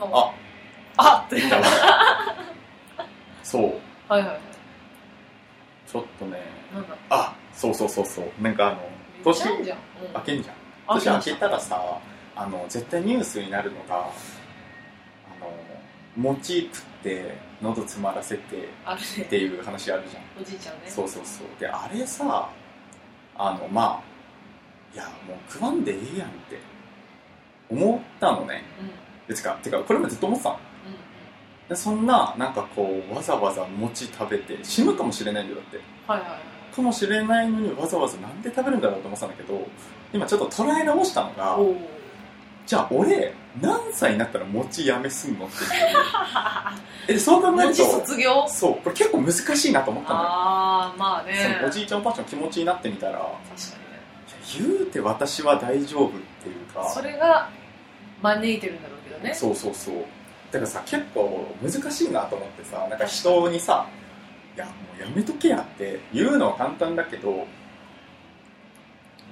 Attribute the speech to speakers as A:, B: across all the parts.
A: あ
B: あって言ったら
A: そう
B: はいはいはい
A: ちょっとね
B: なんだ
A: あそうそうそうそうなんかあの
B: めっ
A: 年
B: ちゃあんじゃん、うん、
A: 開けんじゃん
B: あ
A: 年開けたらさあの絶対ニュースになるのがあの餅食って喉詰まらせて
B: ある
A: っ
B: ね
A: ていう話あるじゃん
B: おじいちゃんね
A: そうそうそうであれさあのまあいやもう食わんでええやんって思ったのね
B: うんうん
A: でつかてかこれもずっと思ってたの
B: うん
A: でそんななんかこうわざわざ餅食べて死ぬかもしれないんだよだって
B: はいはいはい
A: かもしれないのにわざわざなんで食べるんだろうと思ってたんだけど今ちょっと捉え直したのが
B: おお
A: じゃあ俺何歳になったら餅やめすんのっていうえそう考える
B: 文字
A: と
B: 卒業
A: そうこれ結構難しいなと思ったのよ
B: ああまあね
A: そのおじいちゃんおばあちゃんの気持ちになってみたら
B: 確かにね
A: 言うて私は大丈夫っていうか
B: それが招いてるんだろうけどね
A: そうそうそうだからさ結構難しいなと思ってさなんか人にさ「いやもうやめとけや」って言うのは簡単だけど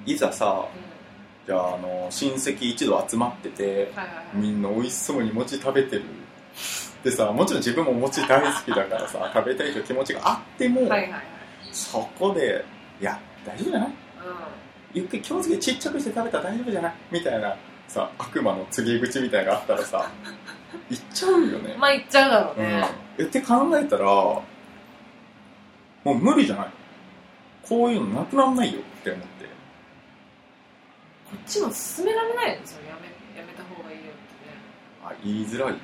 A: いざさ
B: う
A: じゃああの親戚一同集まってて
B: んはいはいはい
A: みんな美味しそうに餅食べてるでさもちろん自分も餅大好きだから さ食べたいという気持ちがあっても、
B: はいはいはい
A: そこで「いや大丈夫じゃない?」
B: う
A: ゆっくり気をつけてちっちゃくして食べたら大丈夫じゃないみたいなさ悪魔の告げ口みたいなのがあった らさ言っちゃうよね
B: ん、まあ行っちゃうだろう
A: うん
B: ね、
A: えって考えたらもう無理じゃないこういうのなくなんないよって思って
B: こっちも勧められないのそれやめやめた方がいいよってね
A: あ言いづらい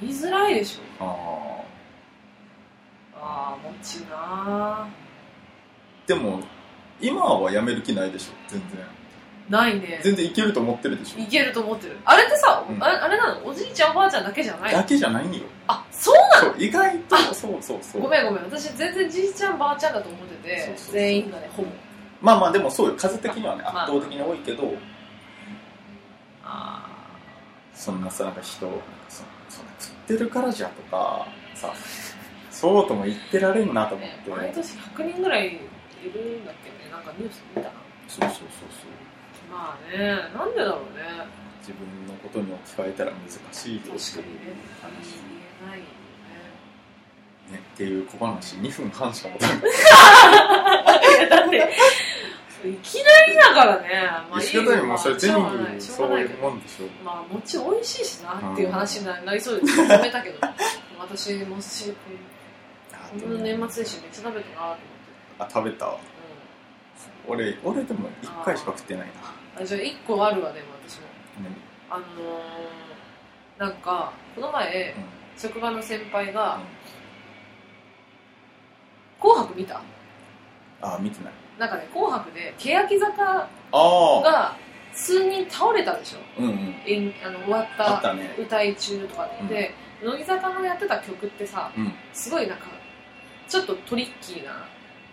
B: 言いづらいでしょ
A: あ
B: ああもちな
A: ーでも今はやめる気ないでしょ全然
B: ないね
A: 全然いけると思ってるでし
B: い
A: ょ
B: けると思ってるあれってさ、
A: うん
B: あれあれなのおじいちゃんおばあちゃんだけじゃない
A: だけじゃないんよ
B: あそう
A: そう意外とそうそうそう
B: ごめんごめん私全然じいちゃんばあちゃんだと思ってて
A: そうそうそう
B: 全員がねほぼ
A: まあまあでもそうよ数的にはね圧
B: まあ
A: 倒的に多いけど、
B: あ
A: そんなさなんか人なんかそそんな食ってるからじゃとかさ そうとも言ってられんなと
B: あ
A: 思って
B: ね、毎年100人ぐらいいるんだっけねなんかニュース見たな
A: そうそうそうそう
B: まあねなんでだろうね
A: 自分のことに置き換えたら難しいよ
B: 確かにねあんまり言えないよね
A: ねっていう小話2分半しか持たない
B: いやだっていきなりだからねまあいい
A: 仕方にもうそれ全
B: しょうがない
A: 部
B: しょ
A: そうう
B: がないいけ
A: う
B: ど
A: もんでしょ
B: まあ餅美味しいしなっていう話になりそうです止めた けど私もし
A: あ
B: この年末年始めっちゃ食べたなと思って、
A: あ食べた俺俺でも1回しか食ってない
B: うん、あじゃあ1個あるわでも私も
A: なね
B: あのー、なんかこの前職場の先輩が「紅白」見た
A: あ見てない
B: なんかね「紅白」で欅坂
A: ああ
B: が数人倒れたでしょ
A: うんうん
B: えんあの終わっ
A: あったたね
B: 歌い中とかで、
A: うん
B: で乃木坂のやってた曲ってさ
A: うん
B: すごいなんかちょっとトリッキーな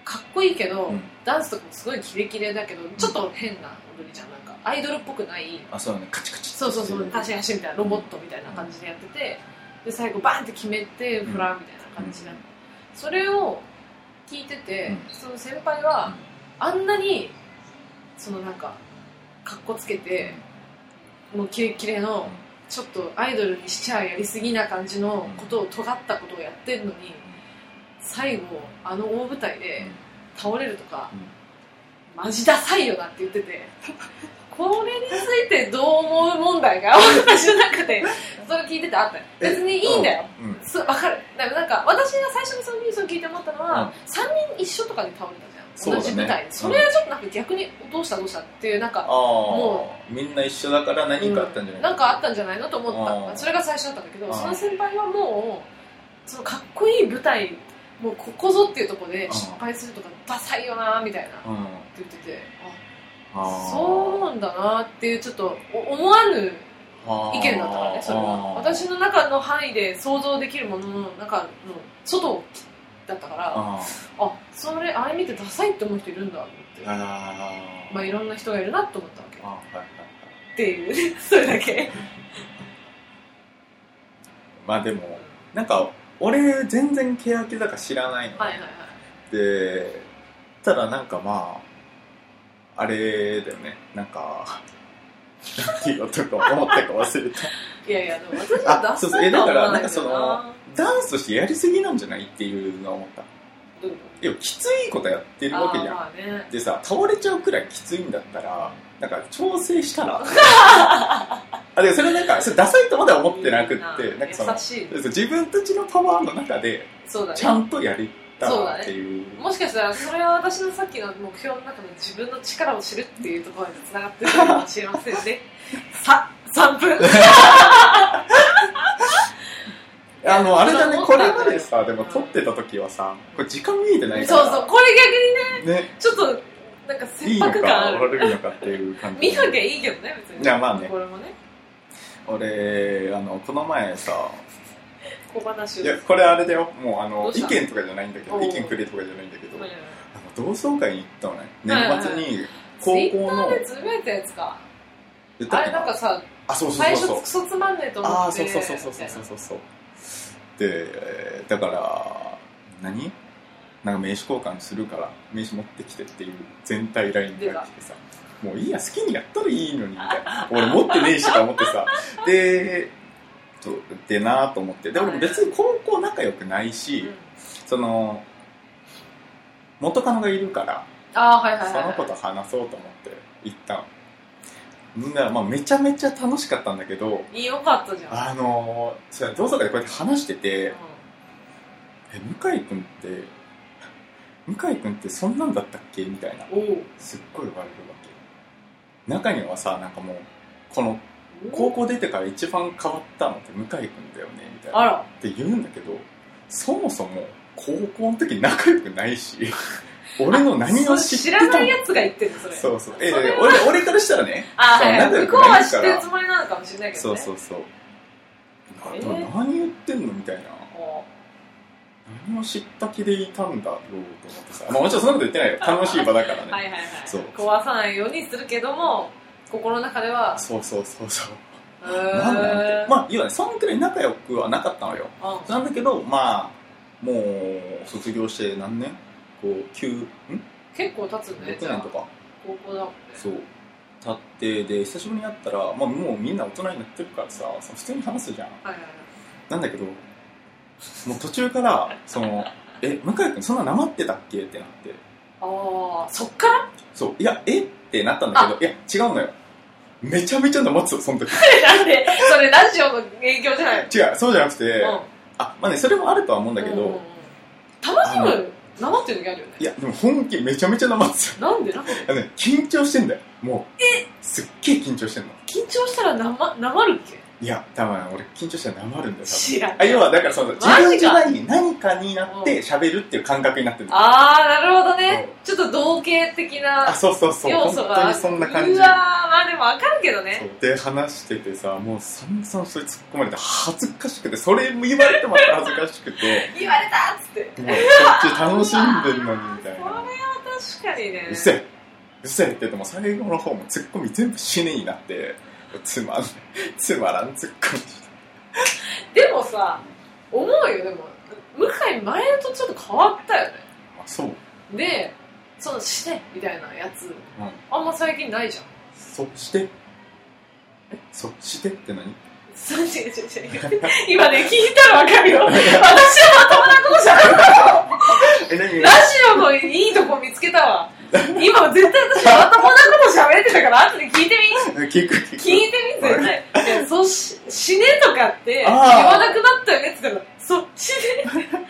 B: かっこいいけど、
A: うん
B: ダンスとかもすごいキレキレだけどちょっと変な踊りじゃんなんかアイドルっぽくない
A: あそうだねカチカチ
B: そうそうそう足
A: 確
B: し足みたいなロボットみたいな感じでやっててで最後バーンって決めて
A: うん
B: フラーみたいな感じなのそれを聞いてて、
A: う
B: その先輩はあんなにそのなんかかっこつけてもうキレッキレのちょっとアイドルにしちゃやりすぎな感じのことを尖ったことをやってるのに最後あの大舞台で倒れるとか、マジダサいよなって言っててこれについてどう思う問題が私の中でそれ聞いててあったよ別にいいんだよ、
A: うんうん
B: そう分かるだからなんか私が最初にそのニュースを聞いて思ったのは、
A: うん
B: 3人一緒とかで倒れた
A: そ
B: じ
A: う
B: ゃ
A: だ
B: ん同じ舞
A: ね
B: 台で、それはちょっとなんか逆にどうしたどうしたっていうなん
A: あ
B: か
A: あみんな一緒だから何かあったんじゃない
B: なんかあったんじゃないのと思っ
A: うん
B: たそれが最初だったんだけ
A: う
B: ど
A: ん
B: その先輩はもうそのかっこいい舞台もうここぞっていうところで失敗するとかダサいよなみたいなって
A: うん
B: 言っててあ
A: あー
B: そうなんだなっていうちょっとお思わぬ意見だったからねそれは私の中の範囲で想像できるものの中の外だったから
A: あ
B: あそれあれ見てダサいって思う人いるんだと思
A: ー
B: って
A: あー
B: まあいろんな人がいるなと思ったわけっ
A: あはいはいはい
B: ていう それだけ
A: まあでもなんか俺全然欅坂知らないの、
B: はいはいはい
A: でただなんかまああれだよねなんかっていうことを思ったか忘れ た。
B: いやいや、でも私は
A: あ、
B: ダ
A: そ
B: サ
A: うそう、え、
B: いと
A: だ
B: は
A: か
B: 思
A: ら、
B: わな
A: な
B: んい
A: か
B: け
A: そ
B: ど
A: の、
B: な。
A: ダンスとしてやりすぎなんじゃないっていうのは思った。
B: どういうこ
A: でも、きついことやって
B: と
A: る
B: あ
A: わけじ
B: ー
A: ゃん。
B: まあね。
A: でさ、倒れちゃうくらいきついんだったら、なんか、調整し たら。あ、でもそれなんか、それダサいとまでは思ってなくって、なんかその
B: 優、しい。
A: そうそう自分たちのパワーの中で、
B: そうだね。
A: ちゃんとやれたらっていう。
B: もしかしたらそれは私のさっきの目標の中の自分の力を知るっていうところにつながってるかもしれません ねさ3分
A: あの、あれだね、
B: そう
A: こ
B: 思った
A: れまでさ、でも撮ってた時はさ、これ時間見えてないか
B: そう
A: ら、
B: そうこれ逆
A: ね、
B: にちょっとなんか
A: い
B: 切
A: いの
B: 迫感
A: か
B: ある
A: 悪いのかっていう感じ。
B: 見なきゃいいけどね別に
A: いやまあね
B: これもね
A: 俺、あの、この前さ、
B: 小話を
A: いや、これあれだよ、もうあ
B: ど
A: の、
B: う
A: 意
B: した
A: 見とかじゃないんだけ
B: お
A: ど、
B: う
A: 意見くれとかじゃないんだけど、
B: うん
A: あの同窓会に行ったのね、
B: はいはい
A: 年末に、高
B: ツイッ
A: 校
B: タ
A: の
B: ー、でつぶやいたやつか
A: 言った
B: あ
A: っけ
B: れなんかさ
A: あ、そうそう
B: 最
A: そうそう
B: 初ク。ソつまんねえと思って
A: ああ、そうそうそうそうそうそうそうそう。で、だから、何なんか名刺交換するから、名刺持ってきてっていう全体ラインが来てさ、もういいや、好きにやったらいいのに、みたいな。 俺持ってねえしとか思ってさ、で、そうでなぁと思って。で、俺も別に高校仲良くないし、
B: うん
A: その、元カノがいるから、
B: ああはいはいはい
A: その子と話そうと思って行ったの。んなら、まあめちゃめちゃ楽しかったんだけど、
B: いいよかったじゃん
A: あのー、それ同窓会でこうやって話して
B: う
A: て
B: ん、
A: え、向井くんって、向井くんってそんなんだったっけみたいな。
B: おう
A: すっごい言われるわけ。中にはさ、なんかもう、この、高校出てから一番変わったのって向井くんだよね、みたいな。
B: あ
A: っ
B: ら
A: て言うんだけど、そもそも、高校の時仲良くないし、 俺の何を知って
B: 知
A: た
B: らない
A: の
B: やつが言ってるそれ
A: そうそう。え
B: それは
A: 俺、俺からしたらね、
B: あ
A: そう
B: はい
A: 仲
B: は
A: 良
B: い、
A: く
B: 向こう
A: な
B: はい知
A: か
B: ってる
A: ら
B: つもりなのかもしれないけど
A: そ
B: ね
A: うそうそう。
B: え
A: な
B: ー
A: 何言ってんのみたいな。何を知った気でいたんだろうと思ってさ、まあ、もちろんそんなこと言ってないよ楽しい場だからね、
B: はいはいはい
A: そう
B: 壊さないようにするけども心の中では
A: そうそうそうそう
B: うーん
A: なんなんてまあいわゆるそんくらい仲良くはなかったのよ
B: あ
A: なんだけどまあもう卒業して何年こう9ん
B: 結構経つね
A: 6
B: じゃ
A: 年
B: あ
A: とか
B: 高校だもんね
A: そう経ってで久しぶりに会ったら、まあ、もうみんな大人になってるからさその普通に話すじゃん
B: はいはいはい
A: なんだけどもう途中からその「え向井君そんななまってたっけ?」ってなって
B: ああそっから
A: そう、いや、えってなったんだけど、いや、違うのよ。めちゃめちゃ黙ってた、その時。
B: なんで それラジオの影響じゃない
A: 違う、そうじゃなくて、
B: の
A: あ、まあね、それもあるとは思うんだけど、
B: うんうんうん楽しむ生っていう時あるよね
A: いや、でも本気めちゃめちゃ黙って
B: なんでなんで
A: た。あのね、緊張してんだよ。もう、えすっげえ緊張してんの。
B: 緊張したら生生るっけ
A: いや、多分俺緊張したら黙るんだよ、多分。
B: 知らん
A: あ要は、だからその、自
B: か
A: 分じゃない何かになって喋るっていう感覚になってる
B: ああなるほどねちょっと同型的な
A: あ、そうそうそう。
B: 要
A: 本
B: 素
A: 当
B: が
A: にそんな感じ。
B: うわーまあでもわかるけどね
A: そうで話しててさもう散々それ突っ込まれて恥ずかしくてそれも言われてまた恥ずかしくて
B: 言われたっつって
A: もうこっち楽しんでんのにみたい
B: これは
A: な。
B: 確かにね
A: うっせえうっせえって言っても最後の方もツッコミ全部死ねになって、つまん、つまらんツッコミして
B: でもさ思うよでも向井前とちょっと変わったよね
A: あ、そう。
B: でその死ねみたいなやつ、
A: ん
B: あんま最近ないじゃん
A: そして、え、そしてって何
B: そう違う違う違う今ね聞いたらわかるよ私はまともなことじゃない
A: え、何
B: ラジオのいいとこ見つけたわ今絶対私まともなこと喋ってたから後で聞いてみ
A: 聞く聞
B: 聞
A: く。
B: いてみ絶対いやそうし死ねとかって言
A: あー
B: わなくなったよねって言ったらそう死ね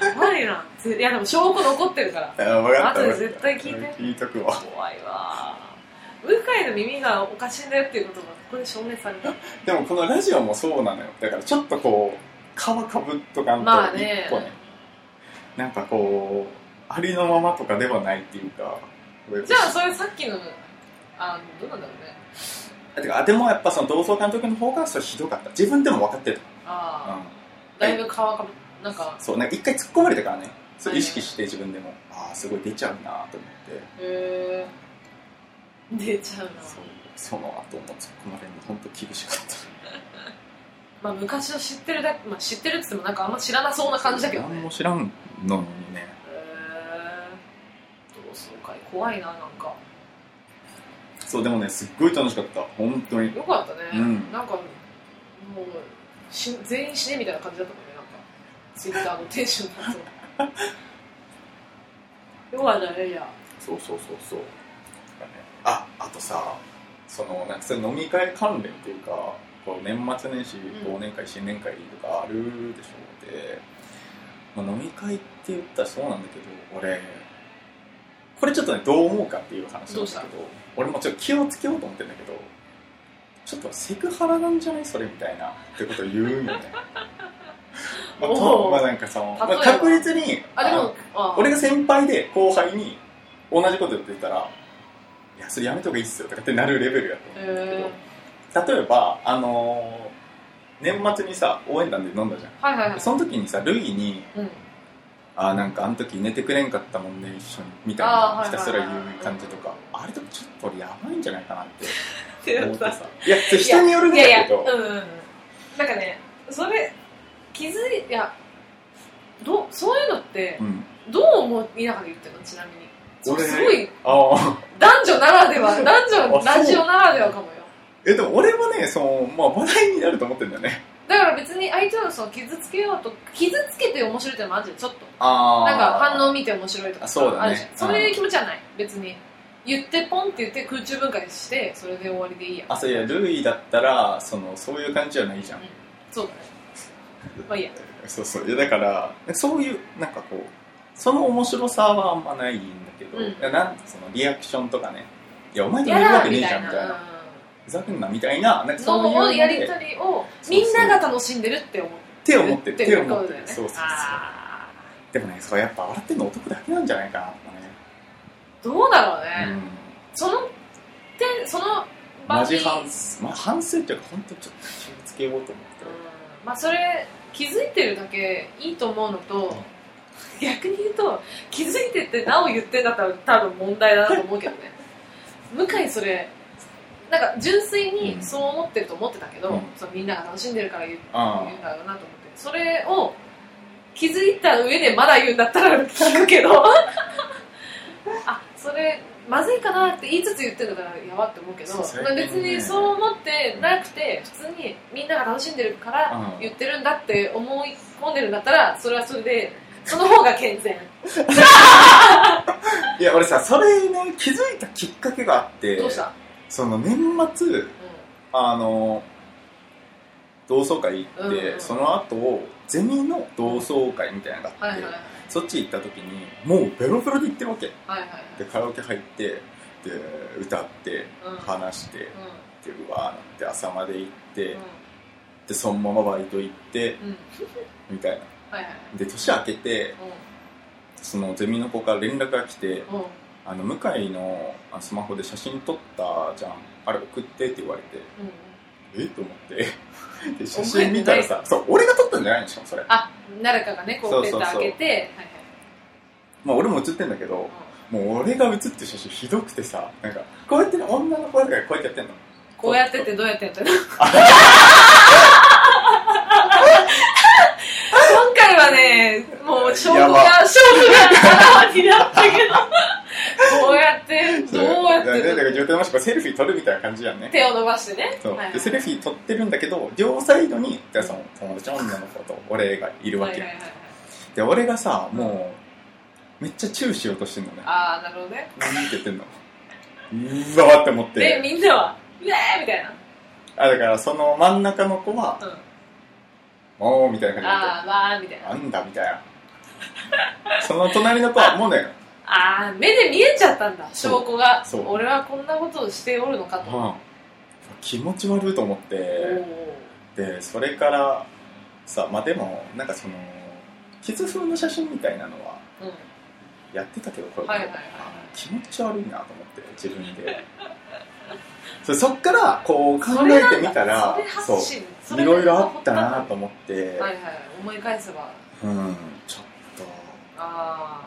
B: やばいなぜいやでも証拠残ってるから
A: あ、わかった。
B: 後で
A: わかった
B: 絶対聞いて
A: 聞いとくわ。
B: 怖いわ向井の耳がおかしいんだよっていうことがここで証明された
A: でもこのラジオもそうなのよ。だからちょっとこう、皮かぶっとかんと、
B: まあね
A: 一個ね、なんかこう、ありのままとかではないっていうか、
B: じゃあそれさっきのあのどうなんだろうね
A: てかあでもやっぱその同窓監督の方がそれひどかった自分でも分かってた、う
B: あ
A: ん、
B: あだいぶ皮かぶなんか
A: そうなんか一回突っ込まれたからねそれ
B: はい
A: 意識して自分でもああすごい出ちゃうなと思って
B: へえ出ちゃうな
A: そうその後も突っ込まれるの本当厳しかった
B: まあ昔を知ってるだけ、まあ、知ってるって言ってもなんかあんま知らなそうな感じだけど
A: 何
B: ね
A: も知らんのにね
B: へえ同窓会怖いななんか
A: そうでもねすっごい楽しかった本当に
B: よかったね、
A: うん
B: なんかもうし全員死ねみたいな感じだったもんねなんかツイッターのテンションだとよかったねいや
A: そうそうそうそうだねああとさそのなんかそれ飲み会関連っていうかこう年末年始
B: うん
A: 忘年会新年会とかあるでしょで、まあ、飲み会って言ったらそうなんだけど俺これちょっとねどう思うかっていう話なんだけ
B: ど
A: ど
B: うした
A: 俺もちょっと気をつけようと思ってんだけどちょっとセクハラなんじゃないそれみたいなってことを言うん よねまあ、
B: お
A: と
B: う
A: まあなんかその、まあ
B: 例えば
A: 確率に
B: あでもあ
A: 俺が先輩で後輩に同じこと言ってたら「いやそれやめとけいいっすよ」とかってなるレベルやと思うんだ
B: え
A: けど例えばあのー年末にさ応援団で飲んだじゃ
B: ー、はいはいはい
A: んその時にさルイに
B: うん
A: 「あーなんかあの時寝てくれんかったもんね一緒に」みたい
B: あ
A: な
B: ー
A: ひたすら言う
B: はいはいはい
A: 感じとかあれとかちょっと俺やばいんじゃないかなって 思って
B: い
A: さいや人によるんだ
B: や
A: け
B: いや
A: ど
B: うんうんうんなんかねそれ気づいいやどうそういうのって
A: うん
B: どう思いながら言ってるのちなみに
A: 俺
B: すごい
A: ああ
B: 男女ならで は男
A: あそう
B: 女ラジオならではかもよ
A: えでも俺はねそのまあ話題になると思ってんだよね
B: だから別に相手をその傷つけようと傷つけて面白いってのもあるじゃんちょっと
A: あ
B: なんか反応
A: 応
B: 見て面白いとか
A: あそうだね
B: あるじゃんそういう気持ちはない別に言ってポンって言って空中分解してそれで終わりでいいや
A: あそういやルイだったらそのそういう感じじゃないじゃん
B: そうだねまあいいや
A: そうそういやだからそういうなんかこうその面白さはあんまないんだけど、
B: うん
A: いやなんそのリアクションとかね「いやお前と
B: や
A: 寝るわ
B: だ
A: けねえ
B: み
A: じ
B: た
A: ゃん」
B: いな
A: みたいな「ふざけんな」みたいななんかそういう
B: のを
A: ので
B: やりとりをみんなが楽しんでるって思う
A: 手を持ってる
B: って
A: 手
B: こ
A: を
B: とだよ
A: 持って
B: ね
A: るそうそうそう
B: あ
A: でもねそうやっぱ笑ってるの男だけなんじゃないかなとかね
B: ーどうだろうね、
A: うん
B: その点その場
A: マ
B: に
A: ジ反省、まあ、反省っていうか本当ちょっと気をつけようと思って
B: うんまあそれ気づいてるだけいいと思うのと逆に言うと気づいててなお言ってんだったら多分問題だなと思うけどね向井それなんか純粋にそう思ってると思ってたけど、
A: うん
B: そのみんなが楽しんでるから言う
A: あ
B: 言うんだろうなと思ってそれを気づいた上でまだ言うんだったら聞くけ どあそれまずいかなって言いつつ言ってるからやばって思うけど
A: そうそれ
B: まあ別にそう思ってなくて普通にみんなが楽しんでるから
A: うん
B: 言ってるんだって思い込んでるんだったらそれはそれでその方が健全
A: あいや俺さそれね気づいたきっかけがあって
B: どうした、
A: その年末あの同窓会行って、
B: うん
A: その後ゼミの同窓会みたいなのが
B: うん、
A: あっ
B: は
A: て、
B: いはいはい
A: そっち行った時にもうベロベロで行ってるわけで
B: はいはい
A: カラオケ入ってで歌って
B: うん
A: 話して、
B: う
A: でうわーって朝まで行って、
B: ん
A: でそのままバイト行って
B: うんうん
A: みたいな
B: はいはいはい
A: で年明けてそのゼミの子から連絡が来て
B: うんうん
A: あの向井のあスマホで写真撮ったじゃんあれ送ってって言われて
B: うん
A: え と思って で写真見たらさそう俺が撮ったんじゃないんでしょそれ
B: あ誰かがねこうペットあげてはいはい
A: まあ俺も写ってんだけど
B: う
A: もう俺が写ってる写真ひどくてさなんかこうやってね女の子だからこうやってやってんの
B: んこうやってってどうやってやったの今回はねもう証拠
A: やば
B: が証拠があらわになったけどこうやってどうやっ
A: だからだか
B: て
A: ら状態もしくはセルフィー撮るみたいな感じやんね
B: 手を伸ばしてね
A: そう、
B: はいはい
A: でセルフィー撮ってるんだけど両サイドにだからその友達女の子と俺がいるわ
B: はい
A: け、
B: はいはいはい
A: で俺がさもうめっちゃチューしようとしてんのね
B: ああなるほどね
A: 何って言ってんのうわーって思っ
B: で
A: て
B: みんなは「うえー!」みたいな、
A: あだからその真ん中の子は
B: うん、
A: 「おー」みたいな感じで
B: ああわーみたいな
A: なんだみたいな。その隣の子はもうね、
B: ああ目で見えちゃったんだ証拠が
A: そうそう
B: 俺はこんなことをしておるのかと、
A: うん気持ち悪いと思っ
B: お
A: て、
B: ー
A: で、それから、さ、まあでも、なんかその、キズ風の写真みたいなのは
B: うん
A: やってたけど、これ、
B: はいはいはいはい
A: あ気持ち悪いなと思って、自分で。そそっから、こう考
B: それ
A: え
B: なんだ
A: てみたら
B: それ、発
A: そ、
B: 信そう
A: い
B: れ
A: ろいろあったなと思って、
B: はいはい思い返せば
A: うん、ちょっ
B: あ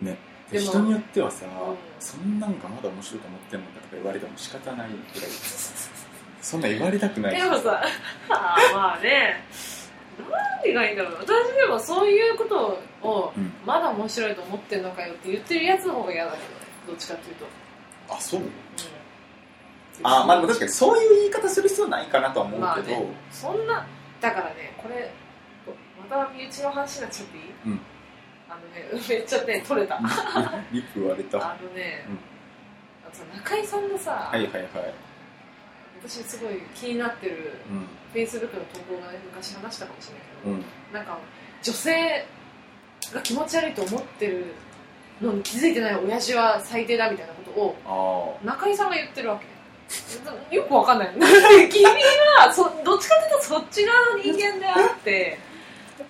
A: と。で
B: でも
A: 人によってはさ、
B: うん
A: そんなんがまだ面白いと思ってんのかとか言われても仕方ないぐらい そんな言われたく
B: あ
A: ない
B: でもさあーまあね何がいいんだろう私でもそういうことを
A: うん
B: まだ面白いと思ってんのかよって言ってるやつの方が嫌だけどねどっちかっていうと、
A: あそう
B: うん
A: あまあでも確かにそういう言い方する必要ないかなとは思う
B: まあ
A: けど、
B: ねそんなだからねこれまた身内の話になっちゃっていい、
A: うん
B: あのね めっちゃね取れたあ
A: リップ割れたは
B: のね、
A: うん
B: あとさ中井さんのさ、
A: いはいはい、
B: 私すごい気になってる
A: う
B: フェイスブックの投稿がね昔話したかもしれないけ
A: ん
B: ど、
A: うん、
B: なんか女性が気持ち悪いと思ってるのに気づいてない親父は最低だみたいなことを
A: あ
B: 中井さんが言ってるわけ よくわかんない 君はそどっちかというとそっち側の人間であって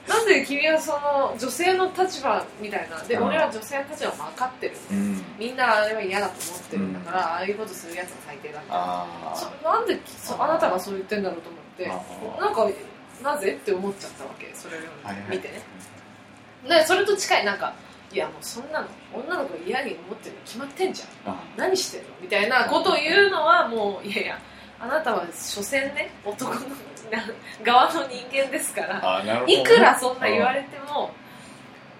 B: なんで君はその女性の立場みたいなで
A: うん
B: 俺は女性の立場分かってる
A: あうん
B: みんなあれは嫌だと思ってるんだから、
A: う
B: ああいうことするやつは最低だみたいな
A: あ
B: そ
A: ー
B: なんでそあなたがそう言ってんだろうと思って
A: あ
B: なんかなぜって思っちゃったわけそれを
A: はいはい
B: 見てね、でそれと近いなんかいやもうそんなの女の子嫌に思ってるの決まってんじゃん
A: あ
B: 何してるのみたいなことを言うのはもういやいやあなたは所詮ね男のな側の人間ですから
A: あーなるほどね
B: いくらそんな言われても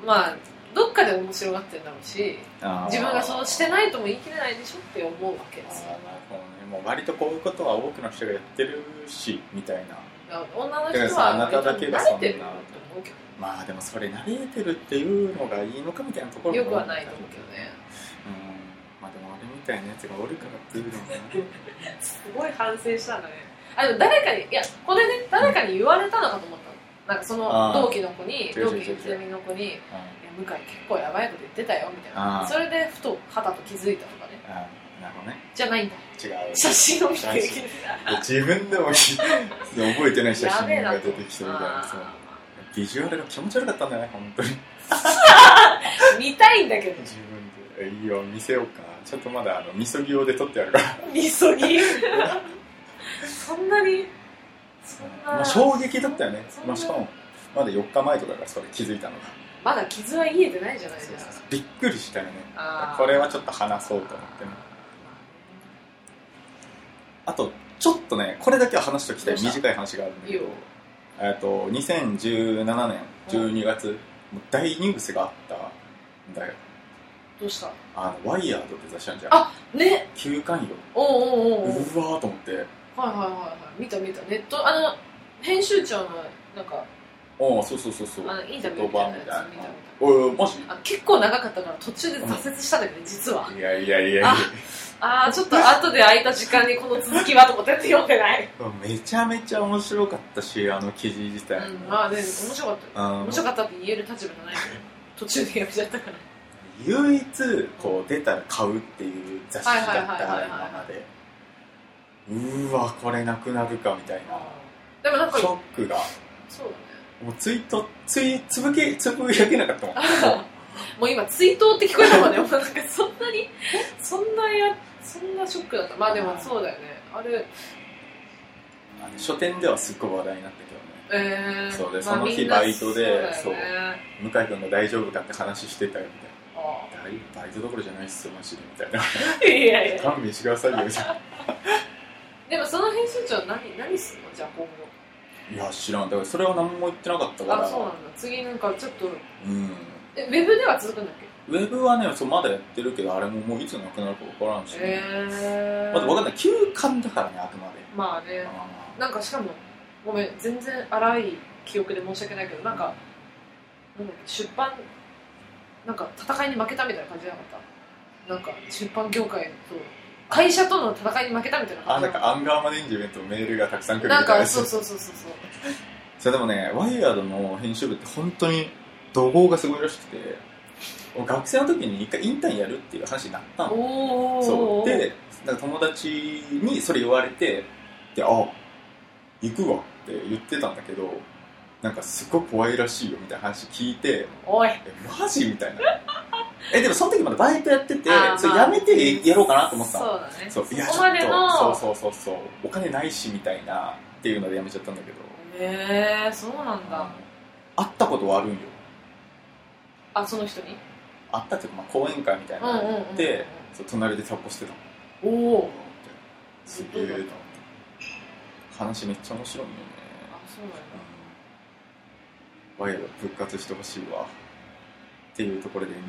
B: まあどっかで面白がってるんだろうし
A: あー
B: 自分がそうしてないとも言い切れないでしょって思うわけ
A: あ
B: です
A: ー
B: よ
A: なるほどねもう割とこういうことは多くの人がやってるしみたいな
B: だから女の
A: だから
B: 人
A: さ
B: は
A: あなただけがそん
B: 慣れ
A: な
B: てると思うけ
A: まあでもそれ慣れてるっていうのがいいのかみたいなとこ
B: ど
A: ろ
B: よ
A: も
B: くはないと思うけどね
A: うんまあでも俺みたいなやつがおるからっていうのもね
B: すごい反省したんだねあでも誰かにいやこれね誰かに言われたのかと思ったのなんかそ
A: あ
B: の
A: ー
B: 同期の子に
A: 違う
B: 同
A: 違う違う
B: 期一年の子に
A: あ
B: いや向井結構やばいこと言ってたよみたいな
A: あー
B: それでふと肌と気づいたとかね
A: ーあーなるほどね
B: じゃないんだ
A: 違う
B: 写真を見て
A: 写真自分でも覚えてない写
B: やべえ
A: 真
B: な
A: が
B: と
A: 出てきてるからさ
B: あ
A: ビジュアルが気持ち悪かったんだね本当に
B: ー見たいんだけど
A: 自分でいいよ見せようかちょっとまだあのみそぎ用で撮ってあるから
B: みそ ぎそんなにそんな、
A: まあ衝撃だったよね
B: そん、な
A: まあ、しかもまだ4日前とかだからそれ気づいたのが
B: まだ傷は癒えてないじゃないですか
A: びっくりしたよね
B: あー
A: これはちょっと話そうと思ってねあとちょっとねこれだけは話しておきた
B: ど
A: い
B: うした
A: 短い話があるんだ
B: いい
A: け
B: よ
A: どえっと2017年12月、もう大ニュースがあったんだよ
B: どうした
A: あのワイヤードって雑誌あるじゃん
B: あね
A: 休館よ
B: おうおうおうおう
A: うわーと思って
B: はいはいはいはい見た見たネットあの編集長のなんか
A: おおそうそうそうそう
B: あのインタビューみ
A: 言
B: た
A: 葉
B: いなや
A: み
B: つ見
A: たいな
B: た見た
A: おいおいマジ
B: あ結構長かったから途中で挫折したんだけど、実はい
A: やいやいやいや
B: あああちょっと後で空いた時間にこの続きはと思って読んで ない、
A: めちゃめちゃ面白かったしあの記事自体
B: うん、
A: も、
B: まあね面白かったよ
A: あの
B: 面白かったって言える立場じゃないけど途中でやめちゃったから
A: 唯一こう出たら買うっていう雑誌だった
B: はいはいはいはいはい
A: 今までうーわこれなくなるかみたいな
B: でもなんか
A: シ
B: そ
A: ョ
B: う
A: ックが
B: だ
A: もうツイートツイつぶけつぶやけなかったもん
B: ね もう今追悼って聞こえたもんねもう なんかそんなにそんなやそんなショックだったまあでもそうだよねあれ
A: あの書店ではすっごい話題になったけどね
B: えー、
A: そうで
B: まあ
A: その日
B: みんな
A: バイトで
B: そうだよね
A: 向井君が大丈夫かって話してたよみた
B: あ
A: いな大バイトどころじゃないっすよマジでみた いな
B: あいやい や
A: 勘弁してくださいよみたいな
B: でもその編集長何何するのじゃあ今後
A: いや知らんだからそれは何も言ってなかったから
B: あそうなんだ次なんかちょっと
A: うん
B: えウェブでは続くんだっ
A: ウェブはねそうまだやってるけどあれももういつなくなるか分からんし
B: け
A: ね、
B: へえー、
A: まだ分かんない休館だからねあくまで
B: まあね
A: あ
B: なんかしかもごめん全然荒い記憶で申し訳ないけどなんかなんだっけ出版なんか戦いに負けたみたいな感じじゃなかったなんか出版業界と会社との戦いに負けたみたいな
A: ーあ
B: 感じ
A: なんかアンガーマネジメントのメールがたくさん来るみ
B: な
A: た
B: ん
A: いな
B: か
A: や
B: そう
A: つ
B: そうそうそうそう
A: それでもねワイヤードの編集部って本当に怒号がすごいらしくてもう学生の時に一回インターンやるっていう話になったの
B: おー
A: そうでなんか友達にそれ言われてであ行くわって言ってたんだけどなんかすごい怖いらしいよみたいな話聞いて
B: おい
A: えマジみたいなえでもその時まだバイトやって て
B: あー
A: それ
B: まあ
A: やめてやろうかなと思ってたの
B: そうだね
A: そういやちょ
B: こ
A: っ
B: までの
A: とそうそうそうそうお金ないしみたいなっていうのでやめちゃったんだけど
B: へえー、そうなんだ
A: 会ったことはあるんよ
B: あその人に
A: 会ったっていうか、まあ、講演会みたいなの行って、そう隣でタバコしてたの
B: うんうんうん、おおー
A: すげえと思って話めっちゃ面白いんだよね
B: あそうなんだ
A: うんワイヤーが復活してほしいわっていうところで26分